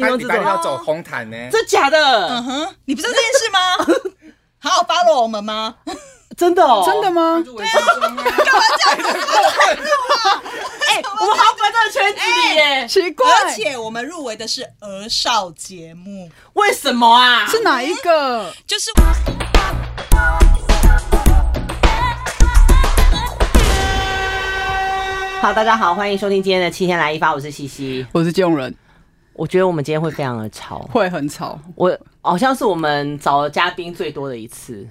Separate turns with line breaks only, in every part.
他
听
礼
过
拜
这
六
种，哦
要走红毯呢，
真假的？
嗯哼，你不知道这件事吗？ 好好 follow 我们吗？
真的哦，
真的吗？
就围观众啊，
哎，我们好滚到圈子里耶，
奇怪，
而且我们入围的是儿少节目，
为什么啊？
是哪一个？
就是
好，大家好，欢迎收听今天的七天来一发，我是西西。
我是金融人，
我觉得我们今天会非常的吵，
会很吵，
我好像是我们找的嘉宾最多的一次，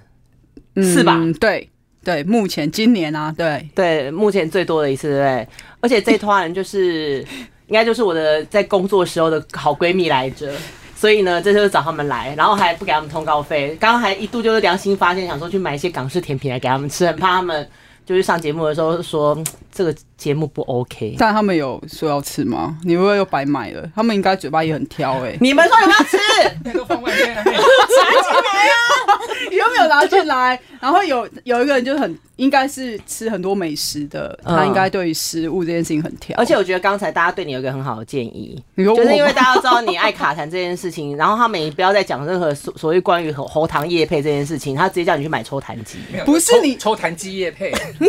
是吧？
嗯对对，目前今年啊，对，
对，目前最多的一次，对不对？而且这一团人就是 应该就是我的在工作时候的好闺蜜来着。所以呢，这就是找他们来，然后还不给他们通告费。刚刚还一度就是良心发现，想说去买一些港式甜品来给他们吃，很怕他们就是上节目的时候说嗯这个节目不 OK。
但他们有说要吃吗？你会不会又白买了？他们应该嘴巴也很挑 哎、
你们说有没有吃？
那个放外面啊，
你有没有拿进来？然后有有一个人就是很应该是吃很多美食的，
嗯
他应该对于食物这件事情很挑，
而且我觉得刚才大家对你有一个很好的建 议，
你说我
就是因为
吗
大家都知道你爱卡痰这件事情，然后他们也不要再讲任何所所谓关于喉喉糖液配这件事情，他直接叫你去买抽痰机。
没有
不是
抽
你
抽痰机叶配，
不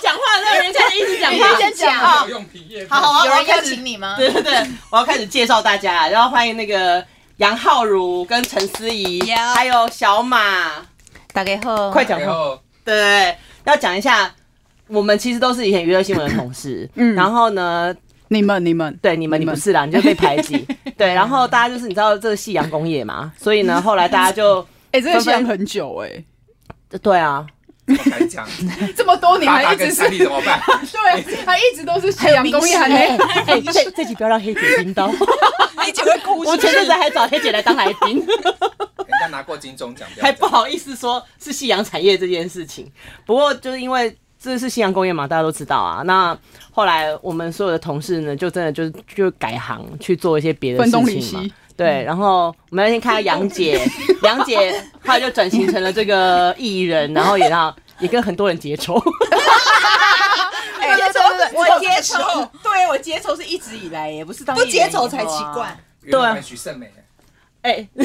讲话，那人家一直讲
话先讲
哦
啊
有用皮叶配
好，好啊，
有
我
人
要
开
邀
始
请你吗？
对对对，我要开始介绍大家，然后欢迎那个杨浩如跟陈思怡
Yeah
还有小马，
打给后，
快讲
然
话。
后
对要讲一下，我们其实都是以前娱乐新闻的同事，嗯，然后呢，
你们你们
对你们你
你
不
们
是啦，你就被排挤，对，然后大家就是你知道这个夕阳工业嘛，所以呢，后来大家就
哎、这个
纷纷
想很久哎、
对啊，
不敢讲，
这么多年
八
还
达
一直
跟
是
三立怎么办？
对，啊还一直都是夕阳工业，还没
哎，这这集不要让黑姐听到，
你姐会哭，
我前阵子还找黑姐来当来宾。
人家拿过金钟奖，
还不
要
好意思说是夕阳产业这件事情。不过就是因为这是夕阳工业嘛，大家都知道啊。那后来我们所有的同事呢，就真的就是就改行去做一些别的
分
事
东离
情嘛
西。嗯
对，然后我们那天看到杨 姐，杨姐后来就转型成了这个艺人，然后也让也跟很多人结 仇。
哎，
接
接
仇
仇，
我
我
接
接
仇
仇，对我接仇是一直以来，也不是当
不
艺人
接
以
仇
后
才奇
啊。
怪。
原来许胜美，
哎、
哎，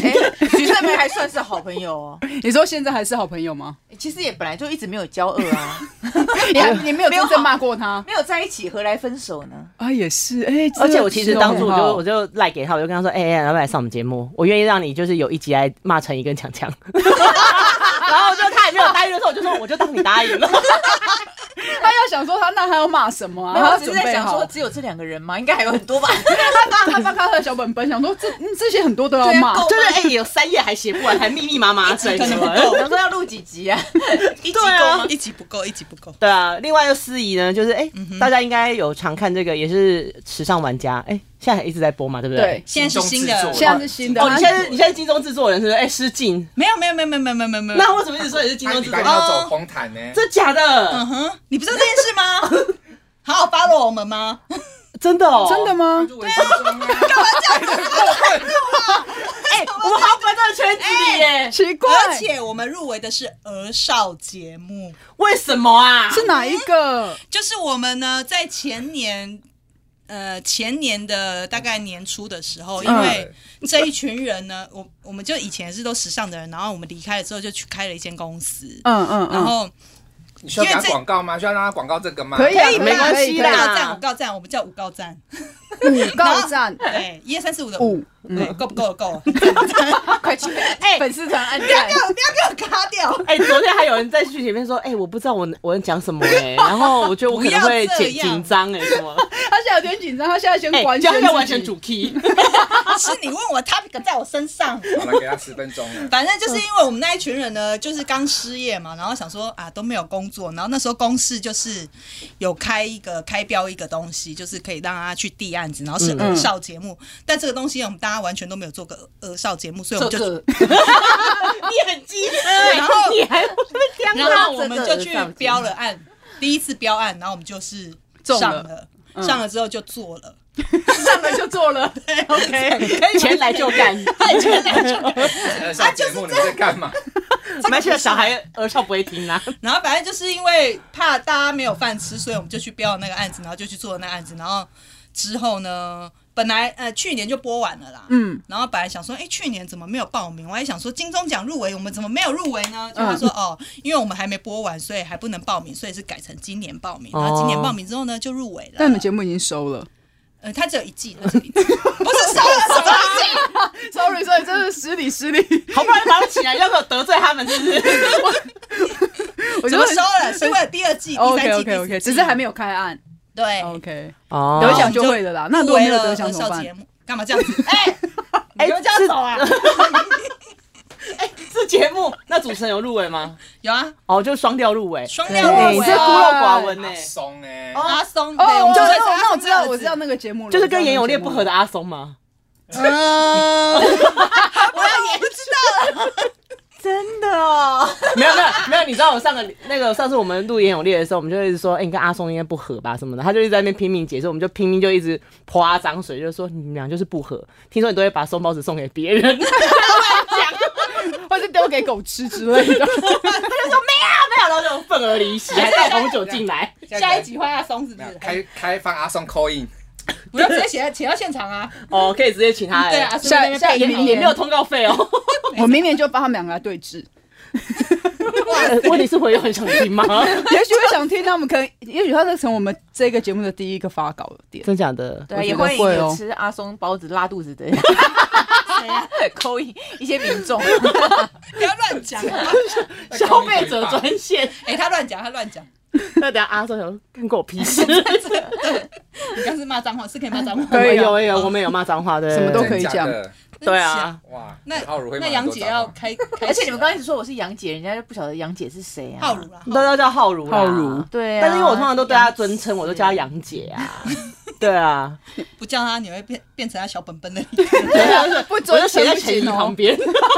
徐胜梅还算是好朋友哦，哎
你说现在还是好朋友吗？
其实也本来就一直没有交恶啊，
你还你没有真正骂过他
没有在一起，何来分手呢？
啊？也是，哎、
而且我其实当初我就我
就
就赖给他，我就跟他说，哎、哎，要不要来上我们节目？我愿意让你就是有一集来骂陈怡跟强 强。然后就他也没有答应的时候，我就说我就当你答应了。
他要想说他那他要骂什么啊？
没有，
他
我
要
只是
准
在
备
想
好
说，，只有这两个人吗？应该还有很多吧。
他翻他翻开他的小本本，想说这嗯这些很多都要骂
对啊，够
就是哎、有三页还写不完，还密密麻麻整什么
可能不够
想说要录几集啊？
一集
对啊
够吗？一集不够，一集不够。
对啊，另外又司仪呢，就是哎、大家应该有常看这个，也是时尚玩家，哎、现在还一直在播嘛，对不对？
对，
现在是新的，
金钟制作
现在是新的
哦，你现在
啊
是你现在是金钟制作人是不是？哎、失敬，
没有没有没有没有没有没有没有没有。
那为什么一直说你是金
他
钟
礼
制
拜
作
六
人？哦
要走红毯呢，
真假的？
嗯哼，你不知道这件事吗？ 好好 follow 我们吗？
真的哦，
真的吗？
就围观众啊，
哎、我们好滚到圈子里耶、
奇怪，
而且我们入围的是儿少节目，
为什么啊？
是哪一个？
就是我们呢在前年。呃，前年的大概年初的时候，因为 这一群人呢，我我们就以前是都时尚的人，然后我们离开了之后就去开了一间公司，
嗯嗯
然
嗯，
后
你需要给他广告吗？需要让他广告这个吗？
可以啊，
没关系
五
啦
告站，五告站，我们叫五告 站，
五告站
对，一二三四五的
五嗯
五，，对，够不够？够 了，
快去粉丝团按赞，
不要给我卡掉，
哎、昨天还有人在剧里面说，哎、我不知道我我能讲什么哎、然后我觉得我可能会
不要这
紧
样
紧张哎什么，
他现在有点紧张，他现在先
哎、
完
就
全
要完全
自己
主 key。
是你问我 topic 在我身上。
好了，给他十分钟啊了。
反正就是因为我们那一群人呢，就是刚失业嘛，然后想说啊都没有工作，然后那时候公司就是有开一个开标一个东西，就是可以让他去递案子，然后是
嗯
儿少节目，但这个东西我们大家完全都没有做过儿少节目，所以我们就
你很机智，
然后
你还不是这样
然
啊
后我们就去标了案，第一次标案，然后我们就是
中
上
了嗯
上了之后就做了。
上来就做了，
，OK，钱来就 干，
二上节目你在干嘛？
没事，小孩儿少不会听啊啦。
然后反正就是因为怕大家没有饭吃，所以我们就去标了那个案子，然后就去做了那个案子，然后。之后呢，本来呃去年就播完了啦，
嗯，
然后本来想说，哎、去年怎么没有报名？我还想说金钟奖入围，我们怎么没有入围
嗯
呢？就他说、哦，因为我们还没播完，所以还不能报名，所以是改成今年报名。
哦
然后今年报名之后呢，就入围了。
但你们节目已经收了
呃，它只有一季，它只有一季，不是收了收了
，sorry sorry，真的失礼失礼，
好不容易忙起来，要给我得罪他们是不是？
我
怎么收了？是为了第二季、第三季、
OK
第
OK
四
OK，
季，
只是还没有开案
对
，OK，
哦
得奖就会的啦。那如果没有得奖
入
怎
围了儿少
么办
节？目，干嘛这样 子？哎、
哎，
你们这样走啊？
是节目，那主持人有入围吗？
有啊，
哦，就双调入围，
双
哎
料
哇
你
入
这
围
孤
塞
啊，
陋寡闻呢
阿，松哎，
阿松，
哦，
对，我们就
知
会
道
说
那我知道，
阿松
我知道
的
那个节目了，
就是跟
我知道那个
严永烈
节目
不合的阿松吗？
儿子。嗯，我要也不知
真的哦，
没有没有没有，你知道我上个那个上次我们录严永烈的时候，我们就一直说，哎、你跟阿松应该不合吧什么的，他就一直在那边拼命解释，我们就拼命就一直泼阿张水，就说你们俩就是不合。听说你都会把松包子送给别 人，
或者丢给狗吃之类的。
没有，然后就愤而离席，还带红酒进 来。
道。下一集换阿松是不
没有
是？
开开放阿松 call in，
我要直接写 到写到现场啊！
哦，可以直接请他、哎
对啊，阿松
下
在那边
下
配
也
一
音
名
也没有通告费哦。
我明年就帮他们两个来对峙，
呃问题是我友很想听吗？
也许会想听他们，可能也许他这成我们这个节目的第一个发稿的 点。
真假的？
我
对啊，
觉
也
得
欢迎
会
有
哦
吃阿松包子拉肚子的人，扣一一些民众，
不要乱讲啊！
消费者专线。
哎，他乱讲，他乱讲。
那等下阿松想说干过我屁 事？
你刚是骂脏话，是可以骂脏话。
可以啊
有有有，我们有骂脏话的，
什么都可以
真假的
对啊。
哇，
那
浩
啊
如会骂
那
很多
杨姐
脏话
要开，开
而且你们刚开始说我是杨姐，人家就不晓得杨姐是谁啊。
浩如啦，
都要叫浩如啦，
浩如
对啊，
但是因为我通常都对她尊称，我都叫她杨姐啊。 对啊，
不叫他你会变变成他小本 本的
对啊，
不
我
准哦
就写在
哦
陈怡旁边。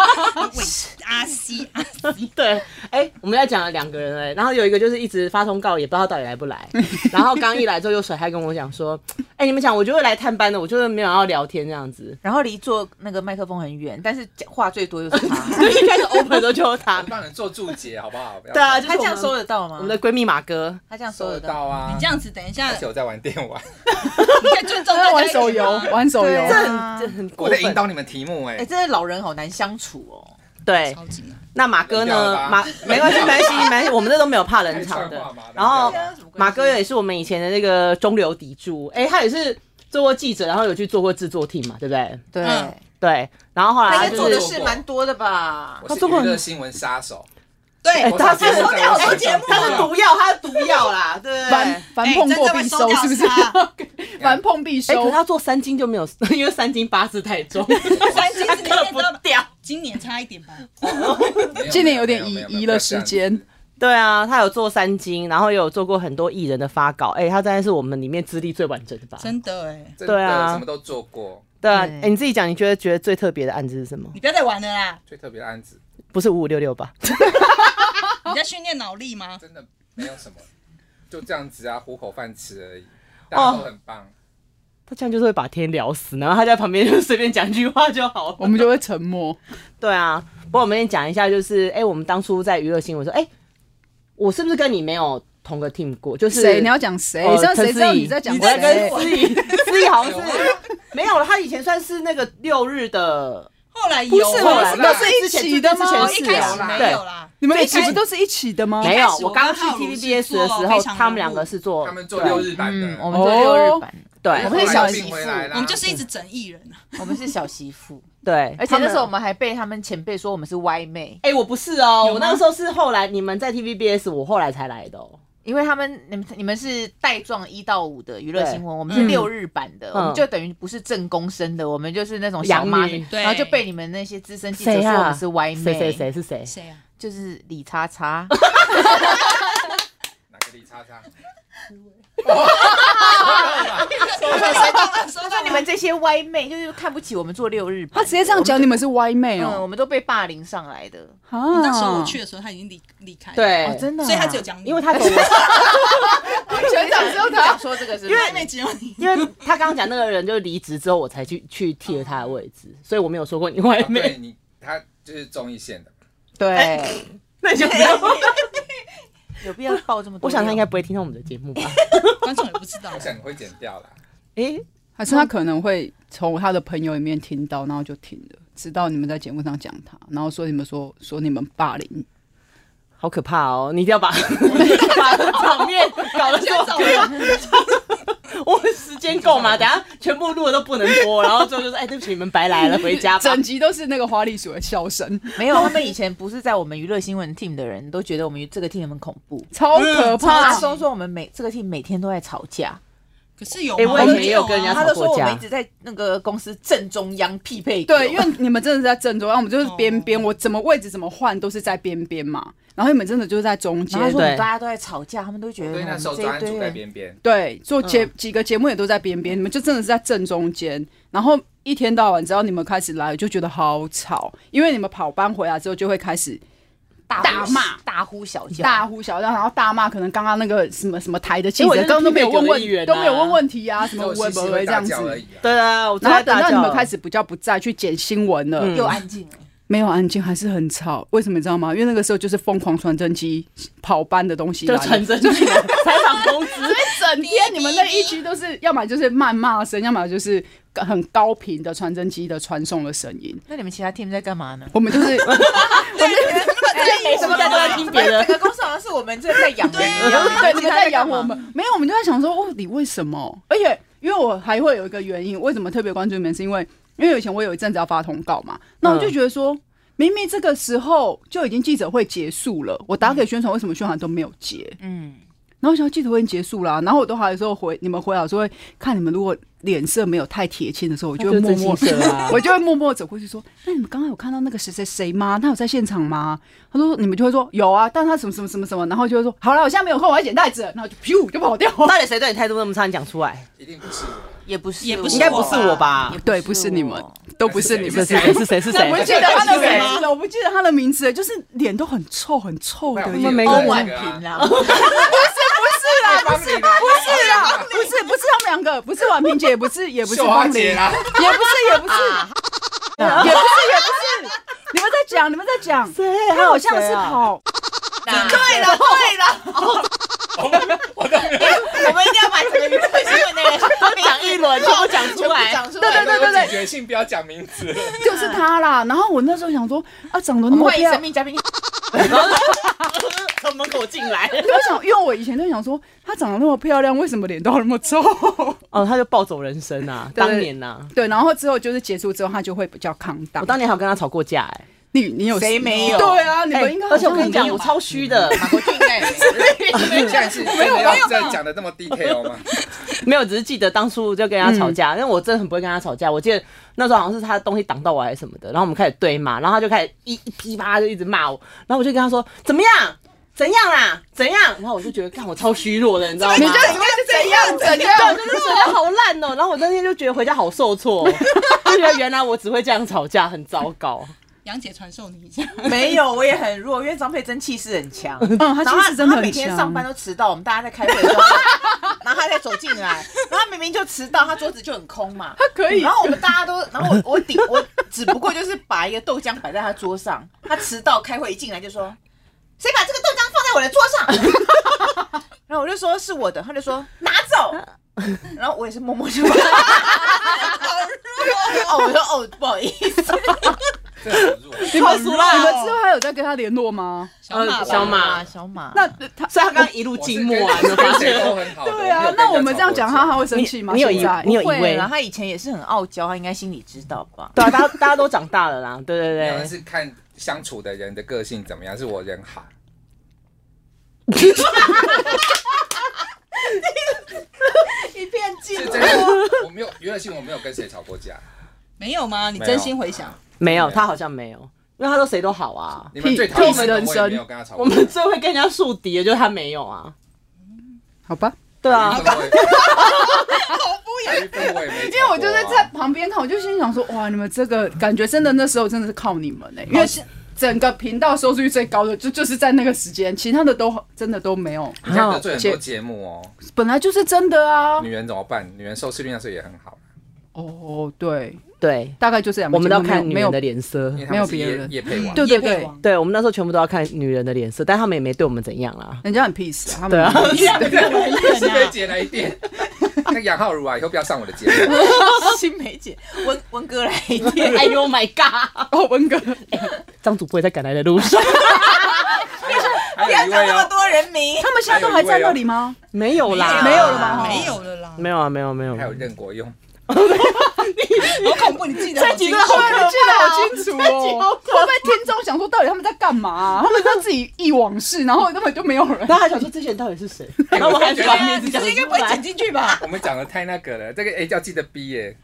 喂阿西阿西。
对，哎、我们在讲了两个人哎、然后有一个就是一直发通告，也不知道到底来不 来。然后刚一来之后，又甩开跟我讲说，哎、你们讲，我就会来探班的，我就是没有要聊天这样子。
然后离坐那个麦克风很远，但是讲话最多就是他。
所以一开始 open 的时候就是他
我，帮你做注解好不好？不要
对啊，就是
他这样
我
收
们
得到吗？
我们的闺蜜马哥，
他这样收
收
得
得
到，
到啊。
你这样子，等一下
而且我在玩电玩，
你可以尊重大家
玩
一点
手游
吗，
玩手游
对，
这
啊
很这很过
我在引
分。
导你们题目哎、
哎，真的老人好难相处哦。
对，
超级难。
那马哥
冷掉了
呢？
吧
马没关系，没关系，没关系，我们这都没有怕冷场
太
的
串话嘛。
然后
冷掉了
马哥也是我们以前的那个中流砥柱，哎、他也是做过记者，然后有去做过制作厅嘛，对不对？
对，
嗯
对，然后后来
他应该
就
做
是
的事蛮多的吧？
我
他做
是
过
娱
很
乐新闻杀手，
对，
哎他是
我
收掉
我
我的节目
他是毒药，他是毒药啦，对 不
凡
对？
凡碰过
哎真的
必收，
会
是不是
收？掉他
凡碰必
哎、可
收
是。他做三金就没有， 因为三金八字太重，
三金 是
克
你
不
知道吗？
掉。
今年差一点吧，
没
今年有点移
没没
移
没有
了时间，
对啊，他有做三金，然后也有做过很多艺人的发稿，哎、他真的是我们里面资历最完整的吧？
真的哎，
不要这样子真的
对啊
什么都做过。
对啊，
对
哎、你自己讲，你觉得觉得最特别的案子是什么？
你不要再玩了啦！
最特别的案子，
不是五五六六吧？
你在训练脑力吗？
真的没有什么，就这样子啊，糊口饭吃而已，大家都很棒。
他这样就是会把天聊死，然后他在旁边就 随便讲句话就好了。
我们就会沉默。
对啊，不过我们先讲一下，就是哎、我们当初在娱乐新闻说，哎、我是不是跟你没有同个 team 过？就是
谁？你要讲谁？
哦
这样谁
陈
知道
思怡
你在讲
我在跟
谁？
思怡，思怡好像是没有了。他以前算是那个六日的，
后来
不
有
是，
后
我
啊，
来
们那是一起的吗？
那
我
是
一
之前
开
是
始
啊
没有啦，
你们一
最
起
开
不
始
都是一起的吗？
没
一
有
开。始
我
我
刚
跟
去
浩如
TVBS 的
是做
时
非
候，
常
他们
人
两个
物
是做
他们做六日版的，哎
嗯，我们做六日版，
对
我们是小媳
后
妇
来并回来啦
我们就是一直整艺人啊，
我们是小 媳妇，
对，
而且那时候
他
我
们。
们还被他们前辈说我们是歪妹，
哎、我不是哦、
有吗
我那个时候是后来你们在 TVBS，我后来才来的、哦。
因为他们你们你们是带状一到五的娱乐新闻，我们是
嗯
六日版的，我们就等于不是正宫生的，我们就是那种小妈
养女
女，
对
然后就被你们那些资深记者
谁
说
啊
我们是歪妹，
谁谁谁是谁？
谁啊？
就是李叉 叉，
哪个李叉叉？哇
收到了，收到
你
你
们这些歪妹就是看不起我们做六日版
他，直接这样讲，你们是歪妹
嗯，我
哦。
们都被霸凌上来的，
啊
那时候我去，的时候，他已经离离开
嗯
了，
对、
哦，真的啊，
所以他只有讲你，
因为他走我
全场只有他说这个是不是，哎
他没只有你，
因为他刚刚讲那个人就离职之后，我才去去替了他的位置，所以我没有说过你外
啊对
面，
你，他就是综艺线的，
对，
那你就不要。
有必要爆这么多料？
我想他应该不会听到我们的节目吧？
观众也不知道
我，想你会剪掉啦。
诶、
还是他可能会从他的朋友里面听到，然后就停了，直到你们在节目上讲他，然后说你们说说你们霸凌，
好可怕哦！你一定要把 把场面搞得这么我们时间够吗？等一下全部录的都不能播，然后最后就说：“哎、对不起，你们白来了，回 家吧
整。集都是那个花栗鼠的笑声，
没有，他们以前不是在我们娱乐新闻 team 的人都觉得我们这个 team 很恐怖。
超可怕
他。都说我们每这个 team 每天都在吵架，
可是有
哎
吗
我也
没
没有跟人家
啊
他
吵
都说
过
我
架
们一直在那个公司正中央匹配狗。
对，因为你们真的是在正中，然后我们就是边边，我怎么位置怎么换都是在边边嘛，然后你们真的就是在中间
然后他，说我
对
们大家都在吵架，他们都觉得
所以
我
那
们
时候
这
早
一
安
堆
组在
人
边边，
对，做节、几个节目也都在边边，你们就真的是在正中间，然后一天到晚只要你们开始来，我就觉得好吵，因为你们跑班回来之后就会开始
大
大
呼
骂
大呼小叫，
大呼小叫，然后大骂，可能刚刚那个什么什么台的记者
因为我
刚
就是
刚都没有问
批评有的
问
一员啊
都没有问问题啊，什么
就
微
是
博
会
这
大
样
叫而
子。
已啊。
对啊，我
然后
在
等
大
到
叫。
你们开始比较不在去剪新闻了，
嗯
又安静了。
没有安静还是很吵，为什么你知道吗？因为那个时候就是疯狂传真机跑班的东西来
就
了，
成真去了，采访公司。
整天你们那一区都是，要么就是谩骂声，要么就是很高频的传真机的传送的声音。
那你们其他 team 在干嘛呢？
我们就是
每次大家都在听别人
整。个公司好像是我们这在养人一样，
对，你们在养
养
我。们，没有，我们就在想说，哦，你为什么？而且，因为我还会有一个原因，为什么特别关注你们，是因为因为以前我有一阵子要发通告嘛，那我就觉得说，明明这个时候就已经记者会结束了，我打给宣传，为什么宣传都没有接？
嗯，
然后我想记者会已经结束啦、然后我都还有时候回你们回来，我说会看你们如果脸色没有太铁青的时候，我就会默默
那就真心社啊
我就会默默走过去说：“那你们刚刚有看到那个谁谁谁吗？他有在现场吗？”他说：“你们就会说有啊，但他什么什么什么什么，然后就会说好了，我现在没有空，我要捡袋子，然后就噗就跑掉。
到底谁对你态度那么差？你讲出来，
一定不是我，
也不是我，
也不是
应该不是我吧
也？我
对，不是你们，都不是你
是
们。
谁？是谁？是谁？
我不记得他的
是谁
名字了，我不记得他的名字了，就是脸都很臭很臭的。
我
一个
们 每个
欧
人
婉
那个啊
平啦，
不是不
不是啊，不是不是他们两个，不是婉萍姐，也不是也不是
秀华
方玲，
姐
也
啦，
不是也不是，也不是也不是，你们在讲你们在讲，
啊谁
他好像是 跑，
对了对了，我们一定要把整个娱乐新闻的人都
讲一 轮，全部讲出来。
讲出
对
来，
对对对
我
对
警，觉性不要讲名字，
就是他啦。然后我那时候想说啊，长得
我
那
们
么
欢迎
漂亮，
神秘嘉宾，
从门口进来。
我想，因为我以前就想说她长得那么漂亮，为什么脸都那么臭？
哦，他就暴走人生啊！
对对
当年呐，
对，然后之后就是结束之后，她就会比较抗
我
荡。
当年还有跟他吵过架哎。
你你有
谁没有
对啊，你们应该
而且我跟你
好像
讲，
没有嗯
我超虚的，
马国俊哎，
现在是真的要再讲的那么 detail 吗？
没有，只是记得当初就跟人家吵
嗯
架，因为我真的很不会跟他吵架。我记得那时候好像是他的东西挡到我还是什么的，然后我们开始对骂，然后他就开始一一噼啪就一直骂我，然后我就跟他说怎么样，怎样啦，怎样，然后我就觉得看我超虚弱的，你知道吗？
你就只会怎样怎样
我。就是觉得好烂哦、然后我那天就觉得回家好受挫、哦，就觉得原来我只会这样吵架，很糟糕。
杨姐传授你一下，
没有，我也很弱，因为张佩珍气势很 强，
嗯，她
然后
其实真的
他
很
每天
强。
上班都迟到，我们大家在开会的时候，然后他才走进来，然后他明明就迟到，他桌子就很空嘛。
她可以
然，后我们大家都， 然后我我顶我只不过就是把一个豆浆摆在他桌上，他迟到开会一进来就说，谁把这个豆浆放在我的桌上？ 然后我就说是我的，他就说拿 走。然后我也是默默就， 哦，我说哦，不好意思，
真的很弱。
你们
超熟哦啦
你们之后还有在跟她联络吗？
小马
呃小
吧，
马
小马，
那她
所以他刚刚一路静默啊，你有发
跟谁
现？
都很好的。
对啊，那我们这样讲他，他会生气吗？
你有
现在啊
你有
不会
一位
啦他以前也是很傲娇，他应该心里知道吧？
对啊，大家大家都长大了啦，对对
好像
对。
是看相处的人的个性怎么样，是我人好。
一片寂
是真的，我没有娱乐性，我没有跟谁吵过架。
没有吗？你
没有
真心回想，
没有，他好像没有，因为他说谁都好啊。
你们最讨厌的
屁
我也没有跟他吵
我
过架。
们最会跟人家树敌的就是他没有啊。
好吧，
对啊，
因为我也没吵过啊，因
因为我就是在旁边看，我就心想说，哇，你们这个感觉真的那时候真的是靠你们呢、因为
是
整个频道收视率最高的就就是在那个时间，其他的都真的都没有，
你看得罪很多节目哦。
本来就是真的啊。
哦
女人怎么办？女人收视率那时候也很好，
哦，对，
对，
大概就这两个
我们都要
节目
看女
没有
人
没
的
有，
脸色
因。
嗯
为他
没有
们是
别
夜
人
夜配网。
啊
对对
夜配
对，
王
对，我们那时候全部都要看女人的脸色，但 他们也没对我们怎样啦。
人家很 peace，啊他们
对啊，
很 peace
是被姐来一遍，那杨浩如啊，以后不要上我的节 目。
新梅姐，文文哥来一点，
哎呦 my god！
哦，文哥，
张主播也在赶来的路上，
还
不要
有一
讲
位
那么
哦，
多人名。
他们现在都还在那里吗？
没有啦，
没有了吧
没有了啦，
没有啊，没有没有，
还有任国用，
好恐怖！你记得好
集
清
真
楚
的好
对，记得好清楚哦。
这
会不会听众想说，到底他们在干嘛啊？他们在自己忆往事，然后根本就没有人。
然后还想说这些人到底是 谁，然后我还
对
把
啊
名字讲
这应该
出
不会剪
来。
进去 吧？
我们讲的太那个了，这个哎要记得逼耶。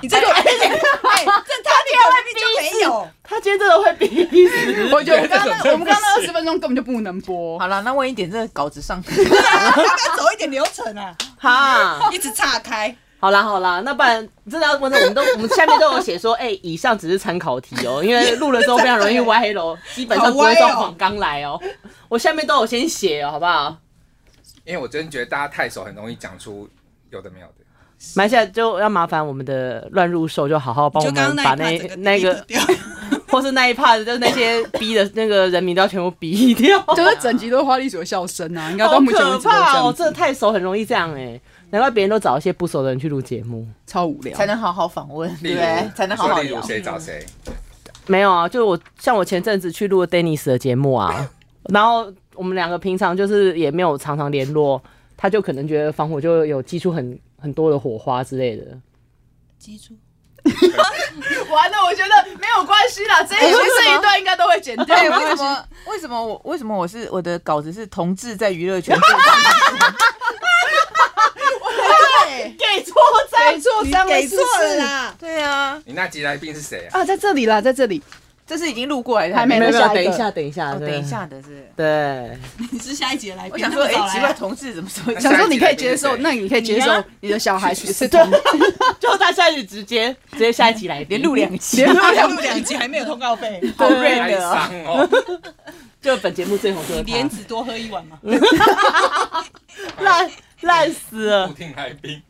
你这个，哎，这他点外面就没 有。
他今天真的会逼死，
我觉得我们刚刚那我们刚刚那二十分钟根本就不能播。
好了，那问一点，这个稿子 上，
啊要走一点流程啊，
哈。
一直岔开。
好啦好啦，那不然真的要问的，我们都我们下面都有写说，哎、以上只是参考题哦、因为录了之后非常容易歪黑喽，基本上不会照仿纲来哦、我下面都有先写哦、好不好？
因为我真觉得大家太熟，很容易讲出有的没有的。
埋下就要麻烦我们的乱入手，就好好帮我
就刚刚
们把
那
那那
一趴整
个
低调
或是那一 part 就是那些逼的那个人名都要全部逼掉，
就是整集都是花栗鼠的笑声啊，应该到
好
目前
可
为止都这
怕哦、
样子，
真的太熟很容易这样哎、难怪别人都找一些不熟的人去录节目。
超无聊
才。能好好访问，
例
对
如
不对？才能好好
说例如
聊。
谁找谁，
没有啊，就我像我前阵子去录 Dennis 的节目 啊，然后我们两个平常就是也没有常常联络，他就可能觉得防火就有激出很很多的火花之类的。
记住，
完了，我觉得没有关系啦，这一集这一段应该都会剪掉。
对，为什么？为什么我为什么我是我的稿子是同志在娱乐圈做的？
给错在
给错三位数字
啦。
对啊，
你那集来宾是谁啊？
啊，在这里啦，在这里。
这是已经录过来的，
还没
没有没有，
下一个
等一下，等一下，
哦
对
等一。下的是。
对，
你是下一节来
我
宾，
想说，
那么早
哎，
来啊
奇怪，同志怎么说？
想说你可以接受，
下一集
那
来
你可以接
你
受
啊
你的小孩是是
对
同，
就他下一集直接直接下一集来宾
连录两期，
连
他还录两集还没有通告 费，
好
对
瑞
哀
的哦。
伤哦，
就本节目最红就是
你
他
莲子多喝一碗 嘛。
烂烂死
不
了，
听来宾。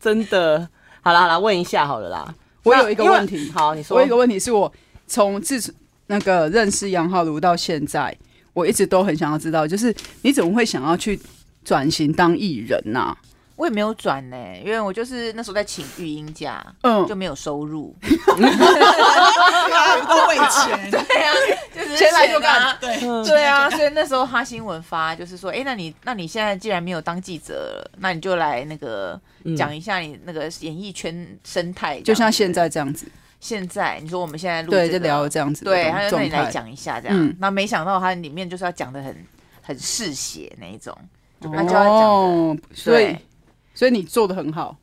真的。好啦好啦，问一下好了啦。
我
那
有一个
因为
问题
好，你说。
我有一个问题是我从自从那个认识杨浩如到现在，我一直都很想要知道，就是你怎么会想要去转型当艺人啊呐、
我也没有转呢、因为我就是那时候在请育婴假，
嗯
就没有收入。
大家都为钱，
对啊，就是
钱来就
干。
对，
对啊，所以那时候哈新闻发就是说，哎、那你那你现在既然没有当记者了，那你就来那个讲一下你那个演艺圈生态，
就像现在这样子，
现在，你说我们现在录、这
对，
个
就聊这样子的
对，他
状
就说你
状
来
态。
讲一下这样
嗯，
那、没想到他里面就是要讲的很很嗜血那一种，他就要讲
哦，所以
对
所以你做的很好，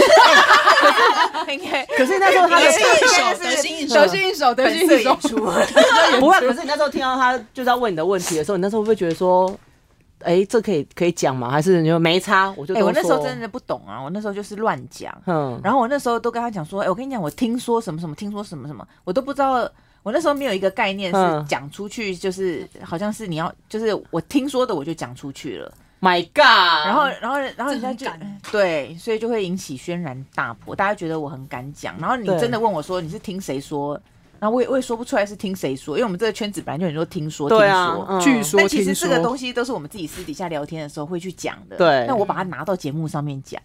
的，应该
可是那时候他的
得心应手，得心应手。
小心一手，得
本
心
色
应手
演。出。
不会，可是你那时候听到他就是要问你的问题的时候，你那时候会不会觉得说，哎、这可以可以讲吗？还是你就没差？我就
哎、
都
我那时候
说
真的，不懂啊，我那时候就是乱讲。
嗯，
然后我那时候都跟他讲说，哎、我跟你讲，我听说什么什么，听说什么什么，我都不知道。我那时候没有一个概念是
嗯
讲出去，就是好像是你要，就是我听说的我就讲出去了，
My God，
然后，然后，然后人家
很
就嗯
敢
对，所以就会引起轩然大波，大家觉得我很敢讲。然后你
对
真的问我说你是听谁说，然后我也我也说不出来是听谁说，因为我们这个圈子本来就很多听说，
对
听
啊，
说
嗯
据说
但其实
听说
这个东西都是我们自己私底下聊天的时候会去讲的。
对
那我把它拿到节目上面讲，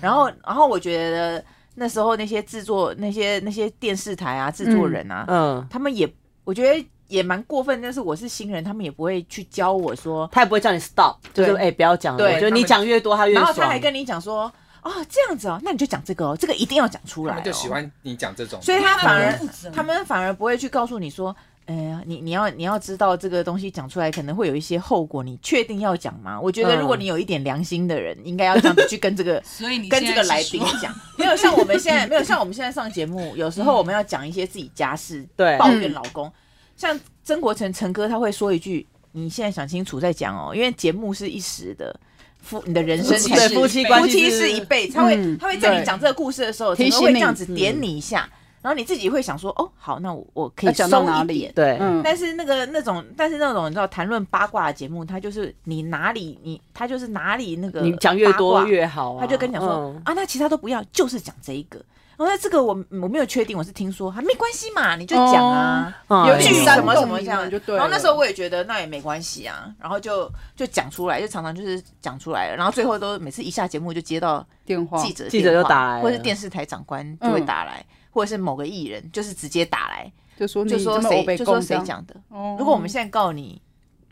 然后，然后我觉得那时候那些制作、那些那些电视台啊、制作人啊，
嗯，
他们也，我觉得也蛮过分。但是我是新人，他们也不会去教我说，
他也不会叫你 stop，就是
对
哎、不要讲了，
对
就是你讲越多他越
然
爽。
后他还跟你讲说，哦，这样子哦，那你就讲这个哦，这个一定要讲出
他
来、哦。
们就喜，欢你讲这种，
所以他反而
负责
他们反而不会去告诉你说。哎呀，你你要你要知道这个东西讲出来可能会有一些后果，你确定要讲吗？我觉得如果
嗯
你有一点良心的人，应该要这样子去跟这个
所以你
跟这个来
现
宾
在是说
讲，没有像我们现在没有像我们现在上节目，有时候我们要讲一些自己家事，
对
抱怨老公。像曾国成陈哥他会说一句：“你现在想清楚再讲哦，因为节目是一时的，夫你的人生才
对
是
夫妻关
哎夫
系
妻
是
是一辈子。”他会、
嗯
他会在你
对
讲这个故事的时候，陈
提
哥
醒
会
你
这样子点你一下，然后你自己会想说：“哦，好，那我我可
要
哎
以
讲到
收
哪
一
里
点？”。
对，
嗯，
但是那个那种，但是那种你知道谈论八卦的节目，它就是你哪里你他就是哪里那个
你讲越
八
多
卦
越好、啊。
他就跟你讲说、
嗯
啊，那其他都不要，就是讲这一个。然后那这个我我没有确定，我是听说，啊还没关系嘛，你就讲啊。
嗯
有
剧
点
什
煽
么什
动
么这
你
样
们就对了。
然后那时候我也觉得那也没关系啊，然后就就讲出来，就常常就是讲出来了，然后最后都每次一下节目就接到
电话
记者
记者
电话
就打来了
或者是电视台长官就会
嗯
打来，或者是某个艺人就是直接打来，
就说你
就说
这么欧
谁
北
就
共
说
这
谁
样，
讲的。
哦
如果我们现在告你，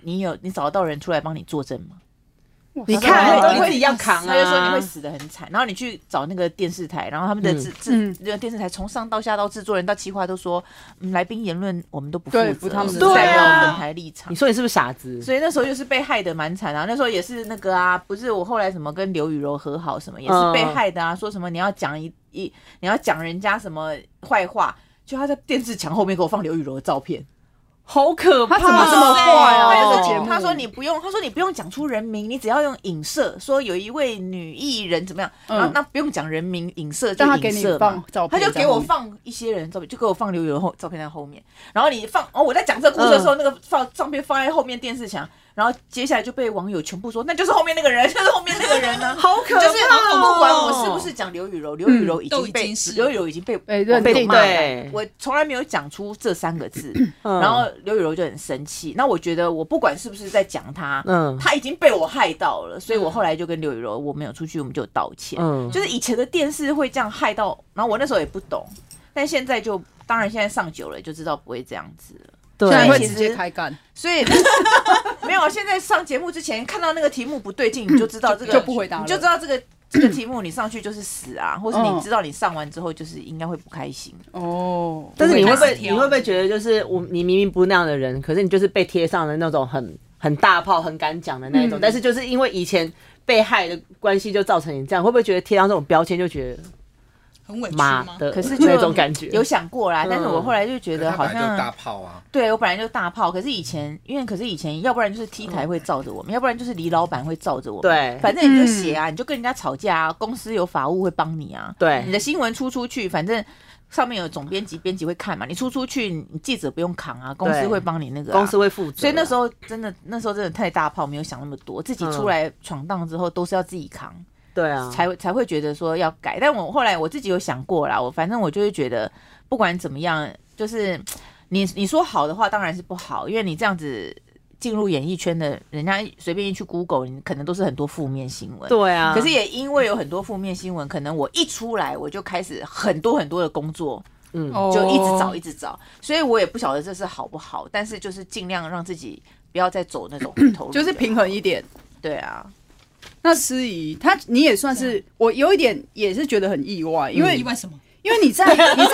你有你找得到人出来帮你作证吗？
哇
你
塞
看
哇
都
会要扛
他就说你会死的很惨，然后你去找那个电视台，然后他们的
嗯
制制
嗯
那个电视台从上到下到制作人到企划都说，嗯，来宾言论我们都不负
对
责，
不他们
是
的责
代
任
表本台立场
你。说你是不是傻子？
所以那时候就是被害的蛮惨啊，那时候也是那个啊，不是我后来什么跟刘雨柔和好什么，也是被害的啊，说什么你要讲一一你要讲人家什么坏话，就他在电视墙后面给我放刘雨柔的照片，
好可怕！哦
他怎么这么坏啊
他
这
就
个
是
节目
他说你不用，他说你不用讲出人名，你只要用影射，说有一位女艺人怎么样，
嗯
然后那不用讲人名，影射就
让他给
影
你
射嘛
放。照
他
片，
就给我。放一些人照片，就给我放刘雨柔后照片在后面。然后你放哦，我在讲这个故事的时候，那个放照片放在后面电视墙，然后接下来就被网友全部说，那就是后面那个人， 就是后面那个人呢、
哦
好可怕！
哦就是不管我是不是讲刘雨柔，刘雨柔已
都
经
已
被
嗯
经是
刘雨柔已经被
被认
被
定
骂了
对
我从来没有讲出这三个字，
嗯
然后刘雨柔就很生气。那我觉得我不管是不是在讲她，
嗯
她已经被我害到了，所以我后来就跟刘雨柔我没有出去，我们就道歉。
嗯，
就是以前的电视会这样害到，然后我那时候也不懂，但现在就当然现在上久了就知道不会这样子了。
对
现在会
其实
直接开干，
所以 没有，啊现在上节目之前看到那个题目不对劲，你就知道这个
就不回答了
你就知道这个这个题目你上去就是死啊，或是你
嗯
知道你上完之后就是应该会不开心。
哦，
但是你会不会
我会开始
你
挑
会不会觉得就是我你明明不那样的人，可是你就是被贴上了那种很很大炮、很敢讲的那一种，
嗯
但是就是因为以前被害的关系就造成你这样，会不会觉得贴上这种标签就觉得
很委屈
妈
吗？
的，
可是就
那种感觉
有想过啦，但是我
嗯
后来就觉得
他
好
本来就是大
像
炮啊，
对我本来就大炮，可是以前因为可是以前要不然就是 T 台会罩着我们，要不然就是李老板会罩着我们，
对
反正你就写啊，你就跟人家吵架啊，公司有法务会帮你啊，
对
你的新闻出出去，反正。上面有总编辑，编辑会看嘛。你出出去，你记者不用扛啊，公司
对
会帮你那个啊、
公司会负责啊，
所以那时候真的，那时候真的太大炮，没有想那么多。自己
嗯
出来闯荡之后，都是要自己扛，
对啊，
才会才会觉得说要改。但我后来我自己有想过啦，我反正我就会觉得，不管怎么样，就是嗯你你说好的话，当然是不好，因为你这样子进入演艺圈的，人家随便一去 Google，你可能都是很多负面新闻。
对啊，
可是也因为有很多负面新闻，可能我一出来我就开始很多很多的工作，
嗯
就一直
哦
找一直找，所以我也不晓得这是好不好，但是就是尽量让自己不要再走那种回头路，
就是平衡一点。
对啊，
那司仪，他你也算是我有一点也是觉得很意外，因为
嗯
意外什么？
因为你在你在不是因为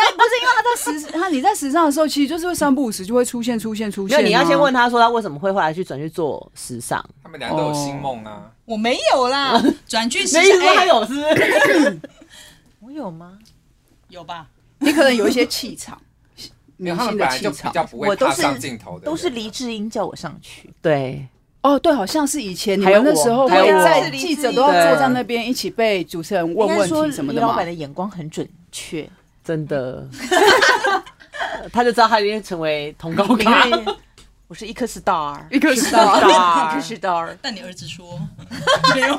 他在时他你在时尚的时候，其实就是会三不五时就会出现出现出
没
现、
有
啊。
你要
哦
先问他说他为什么会后来去转去做时尚，
他们俩
哦
都有新梦啊。
我没有啦，转去时
那意思
尚
说他
哎
有是不 是？
我有吗？
有吧？
你可能有一些气场，
因
明
为他
星
们
的
本来
气
就比
场。
较不
我
会
都
踏
是
上镜头的人，啊
都是黎智英叫我上去，
对，
哦，对，好像是以前你
还有
们那时候
我
会
还有我
在记者都要
对
坐在那边一起被主持人问
应该
问
说
题什么
李
的
老
嘛
板。的眼光很准确，
真的， 他就知道他一定成为通 告
因
咖。
为我是一颗 star，
一颗
star，
star
一颗 star。
但你儿子说没有，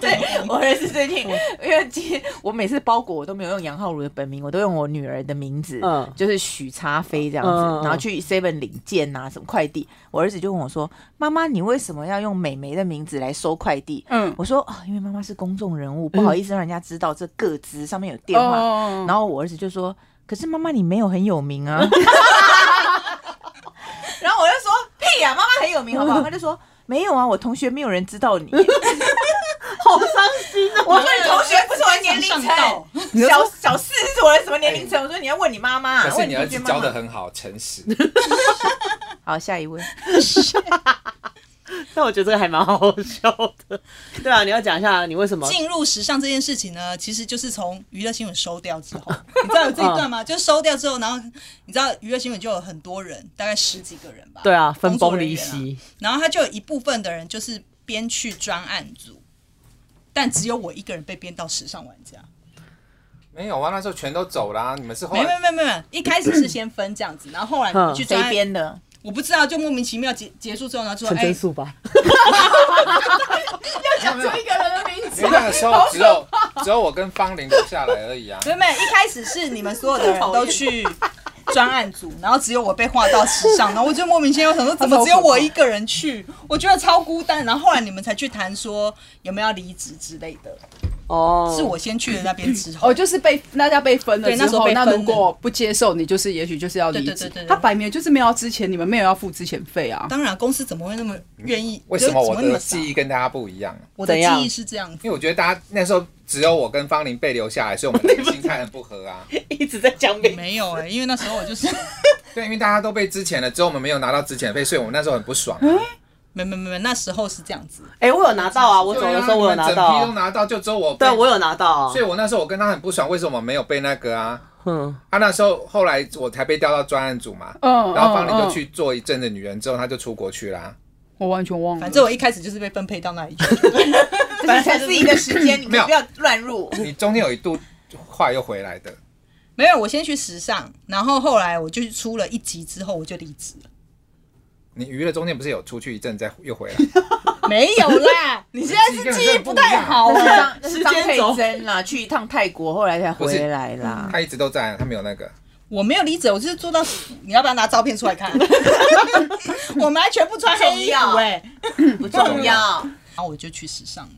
我也是最近，因为今天我每次包裹我都没有用杨浩如的本名，我都用我女儿的名字，
嗯
就是许茶飞这样子，
嗯嗯嗯
然后去 Seven 领件啊，什么快递。我儿子就问我说：“妈妈，你为什么要用美眉的名字来收快递？”
嗯，
我说：“啊，因为妈妈是公众人物，不好意思让人家知道这个资上面有电话。
哦
然后我儿子就说：“可是妈妈，你没有很有名啊。” 然后我就说：“屁呀、妈妈很有名，好 不好？”他就说：“没有啊，我同学没有人知道 你。”
好伤心啊！
我说你同学不是我的年龄
上道
层，小小四是我的什么年龄层？我说你要问你妈妈
可，是
啊问
你
同
儿
学
子
妈
教的
妈。
很好，诚实。
好，下一位，
但我觉得这个还蛮好笑的。对啊，你要讲一下你为什么？
进入时尚这件事情呢，其实就是从娱乐新闻收掉之后， 你知道有这一段
啊
吗？就收掉之后，然后你知道娱乐新闻就有很多人，大概十几个人吧。
对啊，分崩离
工作人员啊。
析。
然后他就有一部分的人就是编去专案组，但只有我一个人被编到时尚玩家。
没有啊，那时候全都走啦、你们是后
没
来
没没没没，一开始是先分这样子，然后后来
哦嗯
去专
谁
案，
编的？
我不知道，就莫名其妙结结束之后，然后就说
陈
哎
真，素吧，
因为那个时候只有只有我跟芳玲留下来而已啊。
没有没有，一开始是你们所有的人都去专案组，然后只有我被划到时尚，然后我就莫名其妙想说，怎么只有我一个人去？我觉得超孤单。然后后来你们才去谈说有没有要离职之类的，
哦，
是我先去了那边之后，
哦，就是被大家被分了
对
之
那时候
后，
被分
那
了
如果不接受，你就是也许就是要离
对对
职
对对。对
他摆明就是没有要之前，你们没有要付之前费啊。
当然公司怎么会那么愿意？
为什么
就
我
怎那
的
么傻
记忆跟大家不一样？啊
我的
怎样
记忆是这样子，
因为我觉得大家那时候只有我跟芳玲被留下来，所以我们的心态很不合啊。
一直在讲美，
没有哎、因为那时候我就是
对，因为大家都被之前了，只有我们没有拿到之前的费，所以我们那时候很不爽啊。
没没没没，那时候是这样子，
哎，我有拿到啊，我走
对
的
啊
时候我有拿到
你们整批都
啊，
拿到，就只有我被。
对我有拿到啊
所，以我那时候我跟他很不爽，为什么没有被那个啊？
嗯，
啊，那时候后来我才被调到专案组嘛，
嗯，
然后芳
嗯
玲就，去做一阵的女人之后，她就出国去啦。
嗯我完全忘了。
反正我一开始就是被分配到那里去。
这是才是你的时 间，你
没
们
有
不要乱入。
你中间有一度话又回来的，
没有，我先去时尚，然后后来我就出了一集之后我就离职了，
你娱乐中间不是有出去一阵再又回来？
没有啦，你现在是记忆不太好
那是
啊。
张那是张
时间
佩
轴
珍啦，去一趟泰国，后来才回来啦。
她一直都在啊，她没有那个。
我没有离职，我就是做到，你要不要拿照片出来看？ 我们还全部穿黑衣服哎、
不重要，
然后我就去时尚了。